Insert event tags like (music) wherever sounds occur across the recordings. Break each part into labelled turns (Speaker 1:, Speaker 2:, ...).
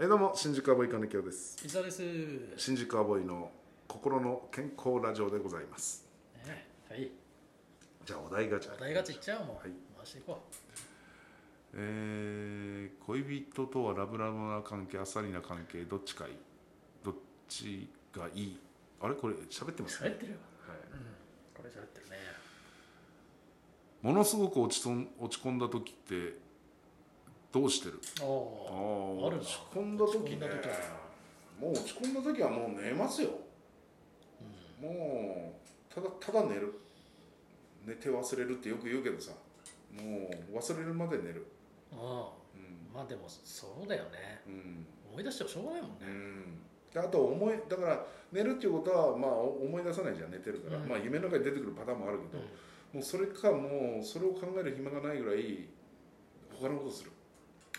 Speaker 1: えどうも新宿アボイ金城です
Speaker 2: 伊沢です、
Speaker 1: 新宿アボイの心の健康ラジオでございます
Speaker 2: ねはい
Speaker 1: じゃあお題ガチャ
Speaker 2: お題ガチャいっちゃおうもう、
Speaker 1: はい
Speaker 2: 回していこ
Speaker 1: えー恋人とはラブラブな関係あっさりな関係どっちかいいどっちがいいあれこれ喋って
Speaker 2: う
Speaker 1: ますね、
Speaker 2: 喋ってるよ
Speaker 1: はい
Speaker 2: うんこれ喋ってるね
Speaker 1: ものすごく落ちそん落ち込んだ時ってどうしてる
Speaker 2: お
Speaker 1: あ
Speaker 2: お
Speaker 1: ー
Speaker 2: あるな
Speaker 1: 落ち込んだ時
Speaker 2: 落ち込ん
Speaker 1: ね
Speaker 2: だ時ある
Speaker 1: もう落ち込んだ時はもう寝ますよもうただただ寝る寝て忘れるってよく言うけどさもう忘れるまで寝る
Speaker 2: あ
Speaker 1: うん
Speaker 2: あまあでもそうだよね
Speaker 1: うん
Speaker 2: 思い出してもしょうがないもん
Speaker 1: う
Speaker 2: ね
Speaker 1: んであと思いだから寝るっていうことはまあお思い出さないじゃん寝てるから、
Speaker 2: うん
Speaker 1: まあ夢の中に出てくるパターンもあるけど、もうそれかもうそれを考える暇がないぐらい他のことする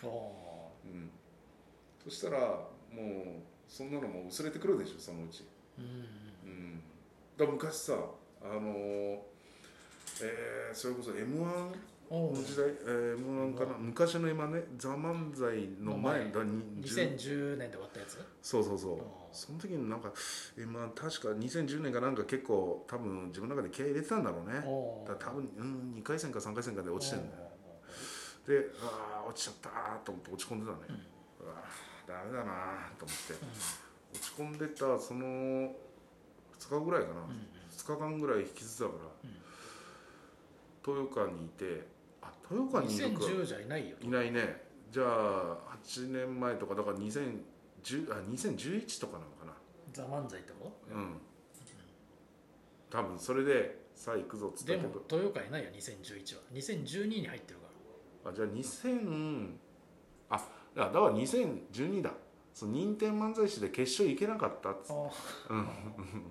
Speaker 2: うんお
Speaker 1: うんそしたらもうそんなのも薄れてくるでしょそのうち
Speaker 2: ーうん
Speaker 1: うんだから昔さあのーえーそれこそ m 1
Speaker 2: お
Speaker 1: の時代、えー、M1 かな昔の今ね「ザ漫才の前だに10
Speaker 2: 2010年で終わったやつ
Speaker 1: そうそうそう
Speaker 2: あー
Speaker 1: その時になんか m 1確か2010年かなんか結構多分自分の中で気合い入れてたんだろうね
Speaker 2: お
Speaker 1: だから多分、うん、2回戦か3回戦かで落ちてるんだよでああ落ちちゃったーと思って落ち込んでたね、うわーダメだなーと思って、落ち込んでたその2日ぐらいかな、
Speaker 2: うん
Speaker 1: 2日間ぐらい引きずってたから、豊川にいてあ豊川にいるか
Speaker 2: 2010じゃいないよ
Speaker 1: いないねじゃあ8年前とかだから2010あ2011とかなのか
Speaker 2: ザ・漫才ってこ
Speaker 1: なうん多分それでさあ行くぞっつ
Speaker 2: と
Speaker 1: ったけ
Speaker 2: で
Speaker 1: ど
Speaker 2: も豊川いないよ2011は2012に入ってるから
Speaker 1: あじゃあ2000あだからだから2012だその認定漫才師で決勝行けなかったっつ
Speaker 2: あ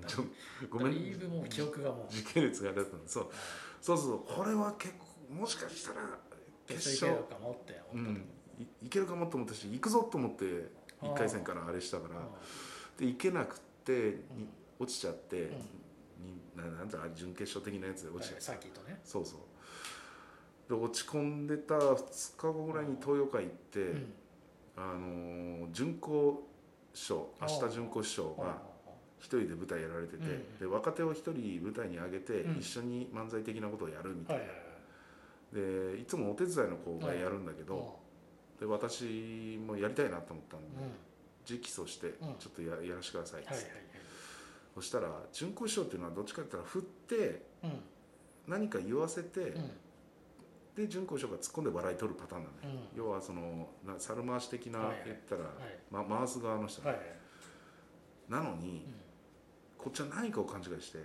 Speaker 1: ちょご
Speaker 2: あだ
Speaker 1: め
Speaker 2: い
Speaker 1: ん
Speaker 2: ぶもう記憶がもう
Speaker 1: 時系列が出たのそうそうそうこれは結構もしかしたら
Speaker 2: 決
Speaker 1: 決
Speaker 2: 勝いけ
Speaker 1: 勝
Speaker 2: るかもって
Speaker 1: う
Speaker 2: 思ったと
Speaker 1: んいいけるかもと思ったし行くぞと思って1回戦からあれしたから
Speaker 2: 思う
Speaker 1: で行けなくってに落ちちゃって、
Speaker 2: ん
Speaker 1: にななんてあれ準決勝的なやつで
Speaker 2: うん
Speaker 1: 落ちちゃ
Speaker 2: は
Speaker 1: った、
Speaker 2: いさっきとね
Speaker 1: そうそうで落ち込んでた2日後ぐらいに東洋館行って、
Speaker 2: うん
Speaker 1: あのー準高師匠
Speaker 2: あ
Speaker 1: 明日準高師匠
Speaker 2: うん
Speaker 1: が一人で舞台やられてて、
Speaker 2: うん
Speaker 1: で若手を一人舞台に上げて、
Speaker 2: うん
Speaker 1: 一緒に漫才的なことをやるみた
Speaker 2: はいいはいはい
Speaker 1: な、でいつもお手伝いの子がやるんだけ
Speaker 2: うん
Speaker 1: ど、で私もやりたいなと思ったんで、
Speaker 2: うん
Speaker 1: 直訴して
Speaker 2: ん
Speaker 1: ちょっとややらせてくださいっつっ
Speaker 2: はいは
Speaker 1: て、
Speaker 2: いはい
Speaker 1: そしたら準高師匠っていうのはどっちかって言ったら振って
Speaker 2: うん
Speaker 1: 何か言わせて、
Speaker 2: うん
Speaker 1: で準高師匠が突っ込んで笑い取るパターンだね、
Speaker 2: うん
Speaker 1: 要はそのな猿回し的な、
Speaker 2: はいはい
Speaker 1: 言ったら、
Speaker 2: はい
Speaker 1: ま、回す側の人、
Speaker 2: はいはい
Speaker 1: なのに、こっちは何かを勘違いして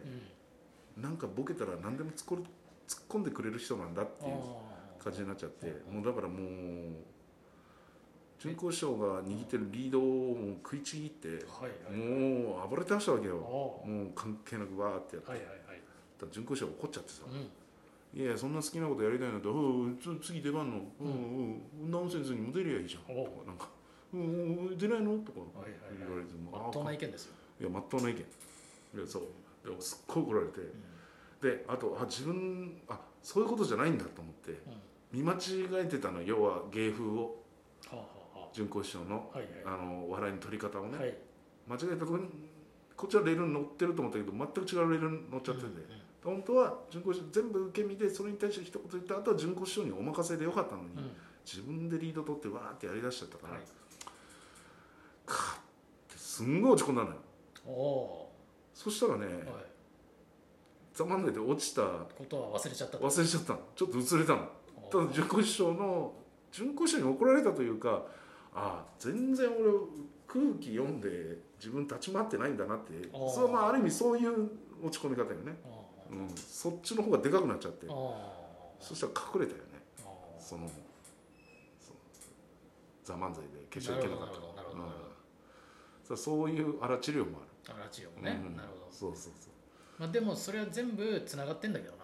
Speaker 2: う、ん
Speaker 1: なんかボケたら何でも突っ込る突っ込んでくれる人なんだっていう
Speaker 2: あー
Speaker 1: 感じになっちゃって、
Speaker 2: うん
Speaker 1: もうだからもう準高師匠が握ってるリードをもう食いちぎって、
Speaker 2: はいはい
Speaker 1: もう暴れ倒したわけ
Speaker 2: あー
Speaker 1: よ、もう関係なくわーってやっ
Speaker 2: はいはいはい
Speaker 1: たら準高師匠が怒っちゃってさ、
Speaker 2: うん
Speaker 1: いやいやそんな好きなことやりたいんだったら「うんうん次出番の、うんうん、ナンセンスにも出りゃいいじゃん」
Speaker 2: おう
Speaker 1: とかなんか「うんうんうん出ないの?」とか
Speaker 2: はいはいはい
Speaker 1: 言われても
Speaker 2: まっとうな意見ですよ
Speaker 1: いやまっとうな意見いやそうでもすっごい怒られて、であとあ自分あそういうことじゃないんだと思って
Speaker 2: うんは
Speaker 1: 見間違えてたの要は芸風を
Speaker 2: あは
Speaker 1: 純子師匠の
Speaker 2: あはいはい
Speaker 1: あの笑いの取り方をね、
Speaker 2: はい
Speaker 1: 間違えたとこにこっちはレールに乗ってると思ったけど全く違うレールに乗っちゃってて、
Speaker 2: うんうん
Speaker 1: 本当は準講師全部受け身でそれに対して一言言った後は準講師匠にお任せでよかったのに、
Speaker 2: うん
Speaker 1: 自分でリード取ってわーってやりだしちゃったから、
Speaker 2: はい
Speaker 1: かってすんごい落ち込んだのよ
Speaker 2: おお
Speaker 1: そしたらね
Speaker 2: ーはい
Speaker 1: ざまんないで落ちた
Speaker 2: ことは忘れちゃったと
Speaker 1: 忘れちゃったのちょっと薄れたの
Speaker 2: お
Speaker 1: た
Speaker 2: ー
Speaker 1: だ準講師匠の準講師匠に怒られたというかああ全然俺空気読んで自分立ち回ってないんだなって
Speaker 2: あー
Speaker 1: そうまあある意味そういう落ち込み方よね、
Speaker 2: あ
Speaker 1: うん、そっちの方がでかくなっちゃって
Speaker 2: ーあ
Speaker 1: そしたら隠れたよね
Speaker 2: ーあー
Speaker 1: そのそうザ・漫才で決勝いけなかった
Speaker 2: なるほどなるほどなるほ
Speaker 1: う
Speaker 2: どなるほど
Speaker 1: ん、そういうあら治療もあ
Speaker 2: あラジオ
Speaker 1: る、
Speaker 2: もね
Speaker 1: うん
Speaker 2: なるほど
Speaker 1: そうそうそう
Speaker 2: まあでもそれは全部つながってんだけどない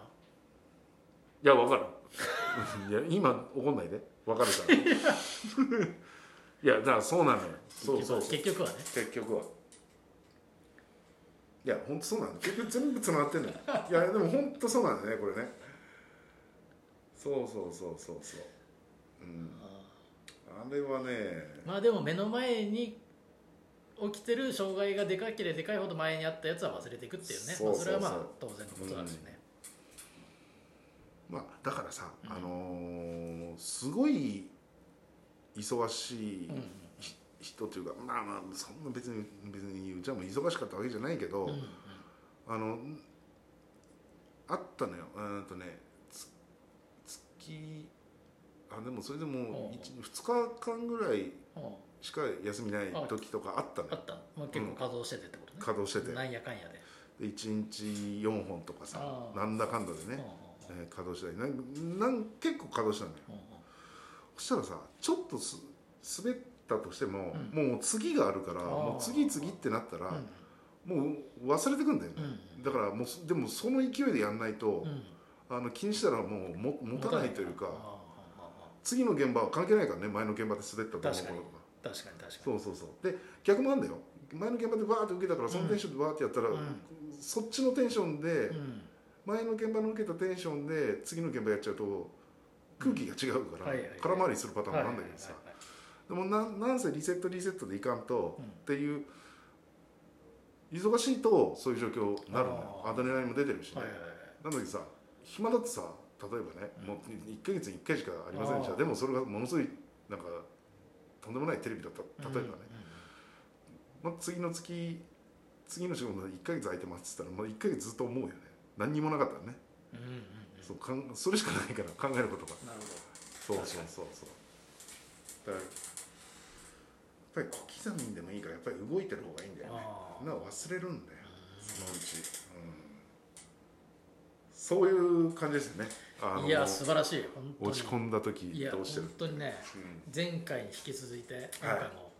Speaker 1: やわかる (laughs) いや今怒んないでわかるから
Speaker 2: (laughs)
Speaker 1: いやだからそうなのよそうそう
Speaker 2: 結局はね
Speaker 1: 結局はいや本当そうなの結局全部つながってんのよいやでも本当そうなんだよねこれねそうそうそうそうそううん
Speaker 2: あ
Speaker 1: ああれはね
Speaker 2: まあでも目の前に起きてる障害がでかければでかいほど前にあったやつは忘れていくっていうね
Speaker 1: そうそうそう
Speaker 2: まあ、それはまあ当然のことだしね、
Speaker 1: まあだからさ、
Speaker 2: うん
Speaker 1: あのーすごい忙しい
Speaker 2: うん
Speaker 1: 人というか、まあまあそんな別に別にうちはもう忙しかったわけじゃないけど、
Speaker 2: うんうん
Speaker 1: あのあったのようーんとねつ月あでもそれでも
Speaker 2: おう
Speaker 1: 2日間ぐらい
Speaker 2: うん
Speaker 1: しか休みない時とかあったの
Speaker 2: あ
Speaker 1: よ
Speaker 2: った、まあ、結構稼働しててってことね、
Speaker 1: 稼働してて
Speaker 2: なんやかんやで、
Speaker 1: 1日4本とかさ
Speaker 2: あー
Speaker 1: なんだかんだでね、
Speaker 2: う
Speaker 1: えー稼働したりなんなん結構稼働したのよ
Speaker 2: んうん
Speaker 1: そしたらさちょっとす滑ったとしても、もう次があるから
Speaker 2: あー
Speaker 1: もう次々ってなったら、
Speaker 2: うん
Speaker 1: もう忘れてくんだよね、
Speaker 2: うん
Speaker 1: だからもうそでもその勢いでやんないと
Speaker 2: う、ん
Speaker 1: あの気にしたらもうも持たないというか
Speaker 2: あああああ
Speaker 1: 次の現場は関係ないからね前の現場で滑ったと思う
Speaker 2: 確かに
Speaker 1: こととか
Speaker 2: あ確かに確か
Speaker 1: そうそうそうで逆もあんだよ前の現場でバーって受けたからそのテンションでバーってやったら、
Speaker 2: うん
Speaker 1: そっちのテンションで、
Speaker 2: に、うん
Speaker 1: 前の現場の受けたテンションで次の現場やっちゃうと空気が違うから
Speaker 2: はいはいはい
Speaker 1: 空回りするパターンもあるんだけどさ
Speaker 2: はいはいはい
Speaker 1: でもなんなんせリセットリセットでいかんと
Speaker 2: うん
Speaker 1: っていう忙しいとそういう状況になるのよ
Speaker 2: あー
Speaker 1: アドレナリンも出てるしね
Speaker 2: はいはいはい
Speaker 1: なんだけどさ暇だってさ例えばねもう1か月に1回しかありませんでし
Speaker 2: あ
Speaker 1: た
Speaker 2: ー
Speaker 1: でもそれがものすごいなんかとんでもないテレビだった
Speaker 2: うん
Speaker 1: 例えばね、まあ、次の月次の仕事で1か月空いてますって言ったら、まあ、1か月ずっと思うよね何にもなかったらね
Speaker 2: うんうんうんうん
Speaker 1: そうかんそれしかないから考えることが
Speaker 2: なるほ
Speaker 1: そうそうそうそうだからやっぱり小刻みでもいいからやっぱり動いてる方がいいんだよね
Speaker 2: あー
Speaker 1: な忘れるんだよそのうち、うん、そういう感じですよねあ
Speaker 2: ど
Speaker 1: の
Speaker 2: いや素晴らしい本当に
Speaker 1: 落ち込んだ時
Speaker 2: いや
Speaker 1: どう
Speaker 2: 本
Speaker 1: してる
Speaker 2: 当にね
Speaker 1: う
Speaker 2: 前回に引き続いて今回も、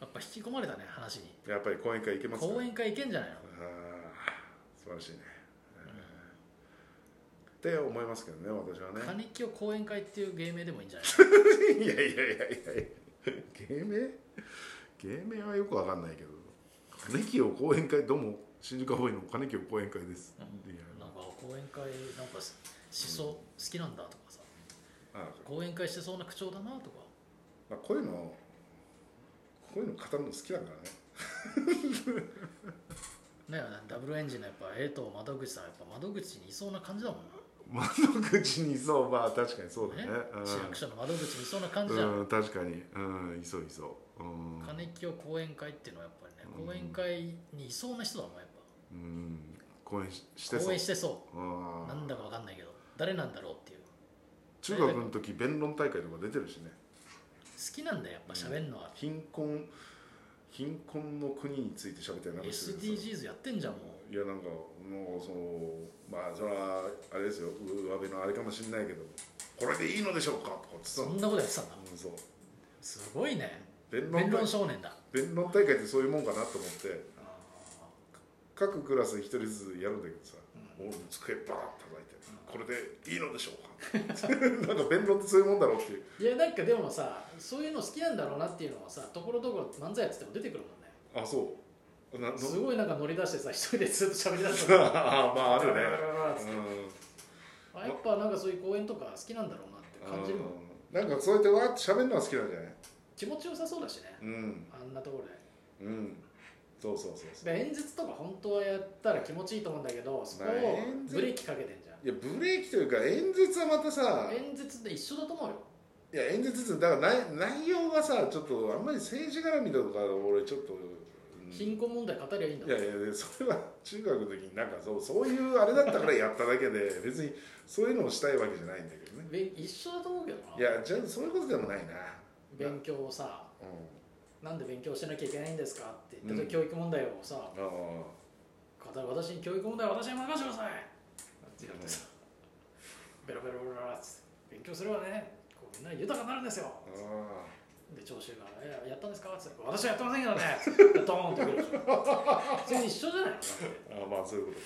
Speaker 2: やっぱ引き込まれたね話に
Speaker 1: ん、やっぱり講演会行けますか
Speaker 2: 講演会行けんじゃないの
Speaker 1: あー素晴らしいね、えーって思いますけどね私はね
Speaker 2: 金木を講演会っていう芸名でもいいんじゃな
Speaker 1: (laughs)
Speaker 2: い
Speaker 1: いやいやいやいや芸名芸名はよくわかんないけど金木を講演会どうも新宿アボーイの金木を講演会です、いや (laughs)
Speaker 2: なんか講演会なんかししそう好きなんだとかさ
Speaker 1: あ、
Speaker 2: 講演会してそうな口調だなとか
Speaker 1: まあ、こういうのこういうの語るの好きだからね
Speaker 2: ねダブルエンジンのやっぱ江藤窓口さんやっぱ窓口にいそうな感じだもんな
Speaker 1: 窓口にそうまあ確かにそうだねうん
Speaker 2: 市役所の窓口にいそうな感じじゃん、
Speaker 1: うん、確かに、うん、いそういそう、うん、
Speaker 2: 金木を講演会っていうのはやっぱりね
Speaker 1: うん
Speaker 2: 講演会にいそうな人だもんやっぱ
Speaker 1: うん、講演しして
Speaker 2: 講
Speaker 1: そう
Speaker 2: 演してそ
Speaker 1: あ
Speaker 2: う
Speaker 1: あ
Speaker 2: なんだかわかんないけど誰なんだろうっていう
Speaker 1: 中学の時弁論大会とか出てるしね
Speaker 2: 好きなんだよやっぱ喋るのは、
Speaker 1: 貧困貧困の国について喋ったりなんかしてるんですよ
Speaker 2: SDGs やってんじゃんも
Speaker 1: いやなんかもうそのまあそれはあれですよ上辺のあれかもしれないけどこれでいいのでしょうかとかって
Speaker 2: う
Speaker 1: さ、
Speaker 2: そ
Speaker 1: うん
Speaker 2: なことやってたんだもん
Speaker 1: ん、そう
Speaker 2: すごいね
Speaker 1: 弁論
Speaker 2: 弁論
Speaker 1: 大
Speaker 2: 少年だ
Speaker 1: 弁論大会ってそういうもんかなと思って
Speaker 2: あ
Speaker 1: 各クラス一人ずつやるんだけどさ、俺の机バーッと叩いて、これでいいのでしょうか (laughs) なんか弁論ってそういうもんだろうっていう
Speaker 2: ーいやなんかでもさそういうの好きなんだろうなっていうのはさところどころ漫才やってても出てくるもんね
Speaker 1: あそうなの
Speaker 2: すごいなんか乗り出してさ一人でずっと喋り出すの
Speaker 1: (laughs) あーまああるよね
Speaker 2: バラバラバラっつって
Speaker 1: うん
Speaker 2: あやっぱなんかそういう公演とか好きなんだろうなって感じるもん
Speaker 1: うんなんかそうやってわーって喋るのは好きなんじゃない
Speaker 2: 気持ちよさそうだしね
Speaker 1: うん
Speaker 2: あんなところ
Speaker 1: うんそうそうそうそう
Speaker 2: でで演説とか本当はやったら気持ちいいと思うんだけどそこ
Speaker 1: まあ
Speaker 2: を
Speaker 1: 演説
Speaker 2: ブレーキかけてんじゃん
Speaker 1: いやブレーキというか演説はまたさ
Speaker 2: 演説って一緒だと思うよ
Speaker 1: いや演説ってだから内内容がさちょっとあんまり政治絡みとか俺ちょっと、うん
Speaker 2: 貧困問題語りゃいいんだ
Speaker 1: い
Speaker 2: もん
Speaker 1: やいやそれは中学の時になんかそうそういうあれだったからやっただけで別にそういうのをしたいわけじゃないんだけどね
Speaker 2: べ一緒だと思うけどない
Speaker 1: やじゃあそういうことでもないな
Speaker 2: 勉強をさ
Speaker 1: うん
Speaker 2: なんで勉強しなきゃいけないんですかって言った
Speaker 1: うん
Speaker 2: 時教育問題をさ、
Speaker 1: ああ
Speaker 2: 語る私に教育問題は私に任せてくださいって言ってさ、 (laughs) ベロベロベロベロっつって勉強すればねこうみんな豊かになるんですよ
Speaker 1: ああ
Speaker 2: で聴衆が「えやったんですか?」っつって「私はやってませんけ
Speaker 1: (laughs)
Speaker 2: どね」でドーンと来るでし
Speaker 1: ああ
Speaker 2: ょそれ一緒じゃないのだって
Speaker 1: まあそういうことか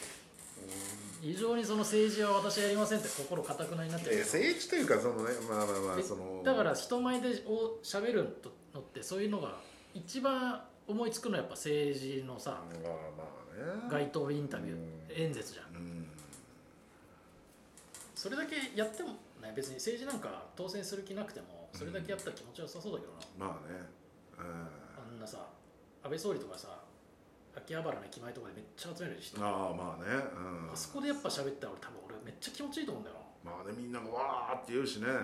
Speaker 2: 異常にその政治は私やりませんって心かたくなになって
Speaker 1: いや
Speaker 2: る
Speaker 1: 政治というかそのねまあまあまあ
Speaker 2: え
Speaker 1: その
Speaker 2: だから人前でおしゃべるのってそういうのが一番思いつくのはやっぱ政治のさ
Speaker 1: まあまあね
Speaker 2: 街頭インタビュ
Speaker 1: うん
Speaker 2: ー演説じゃ
Speaker 1: う
Speaker 2: ん
Speaker 1: ん
Speaker 2: それだけやってもね別に政治なんか当選する気なくてもそれだけやったら気持ちよさそうだけどな、
Speaker 1: まあねうん
Speaker 2: あんなさ安倍総理とかさ秋葉原の駅前とかでめっちゃ集める人あ
Speaker 1: ああまあねうん
Speaker 2: そこでやっぱ喋ったら俺多分俺めっちゃ気持ちいいと思うんだよ
Speaker 1: まあねみんながわーって言うしねうん
Speaker 2: ん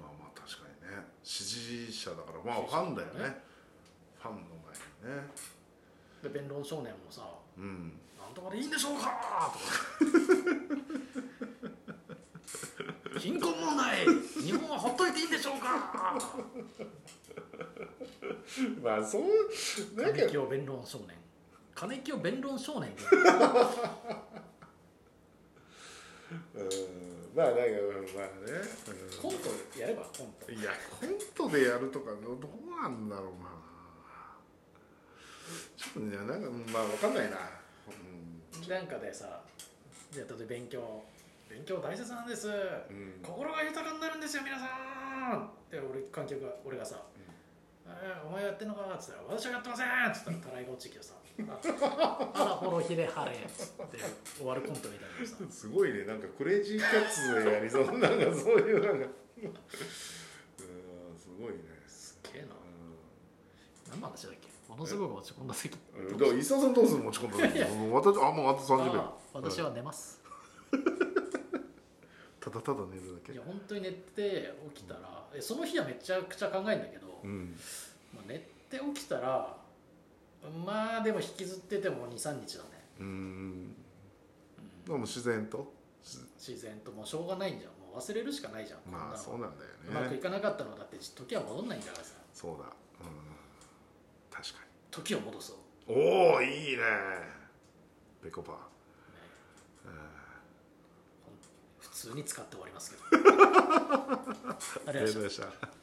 Speaker 1: まあまあ確かにね支持者だからまあファンだよね
Speaker 2: 支持者だ
Speaker 1: ファンの前にね
Speaker 2: なで弁論少年もさ
Speaker 1: うん
Speaker 2: 「なんとかでいいんでしょうか!」とか「貧困問題日本はほっといていいんでしょうか!」
Speaker 1: (laughs) まあそうなん
Speaker 2: 金
Speaker 1: か
Speaker 2: 清弁論少年金清弁論少年って
Speaker 1: うんまあなんかまあね、
Speaker 2: コントやればコント
Speaker 1: うんいやコントでやるとかどどうなんだろうなちょっとねなんかまあわかんないな、
Speaker 2: なんかでさじゃあ例えば勉強勉強大切なんです
Speaker 1: うんうん、
Speaker 2: 心が豊かになるんですよ皆さんって俺観客が俺がさ「えーお前やってんのか?」っつったら「私はやってません!」っつったらたらいが落ちてき (laughs) てさ「あらほろひれはれ」っつって終わるコントみたいなのさ
Speaker 1: すごいねなんかクレイジーキャッツでやりそうななんかそういうなんかうんすごいね
Speaker 2: すっげえな何の話だっけものすごく落ち込んだ時
Speaker 1: うんだから伊沢さんどうする持ち込んだ
Speaker 2: いや
Speaker 1: の私あもうあと30秒
Speaker 2: あ私は寝ます
Speaker 1: ただただ寝るだ
Speaker 2: い
Speaker 1: け
Speaker 2: や本当に寝て起きたらえその日はめちゃくちゃ考えるんだけど、
Speaker 1: うん
Speaker 2: まあ、寝て起きたらまあでも引きずってても23日だね
Speaker 1: うんでも自然と
Speaker 2: 自然ともうしょうがないんじゃんもう忘れるしかないじゃんこんなの
Speaker 1: まあそうなんだよね
Speaker 2: うまくいかなかったのはだって時は戻んないんだからさ
Speaker 1: そうだ、うん、確か
Speaker 2: 時を戻そう、
Speaker 1: におおいいねペコパ
Speaker 2: ね
Speaker 1: うん
Speaker 2: ほん普通に使って終わりますけどあ
Speaker 1: あ
Speaker 2: りがとうございました
Speaker 1: した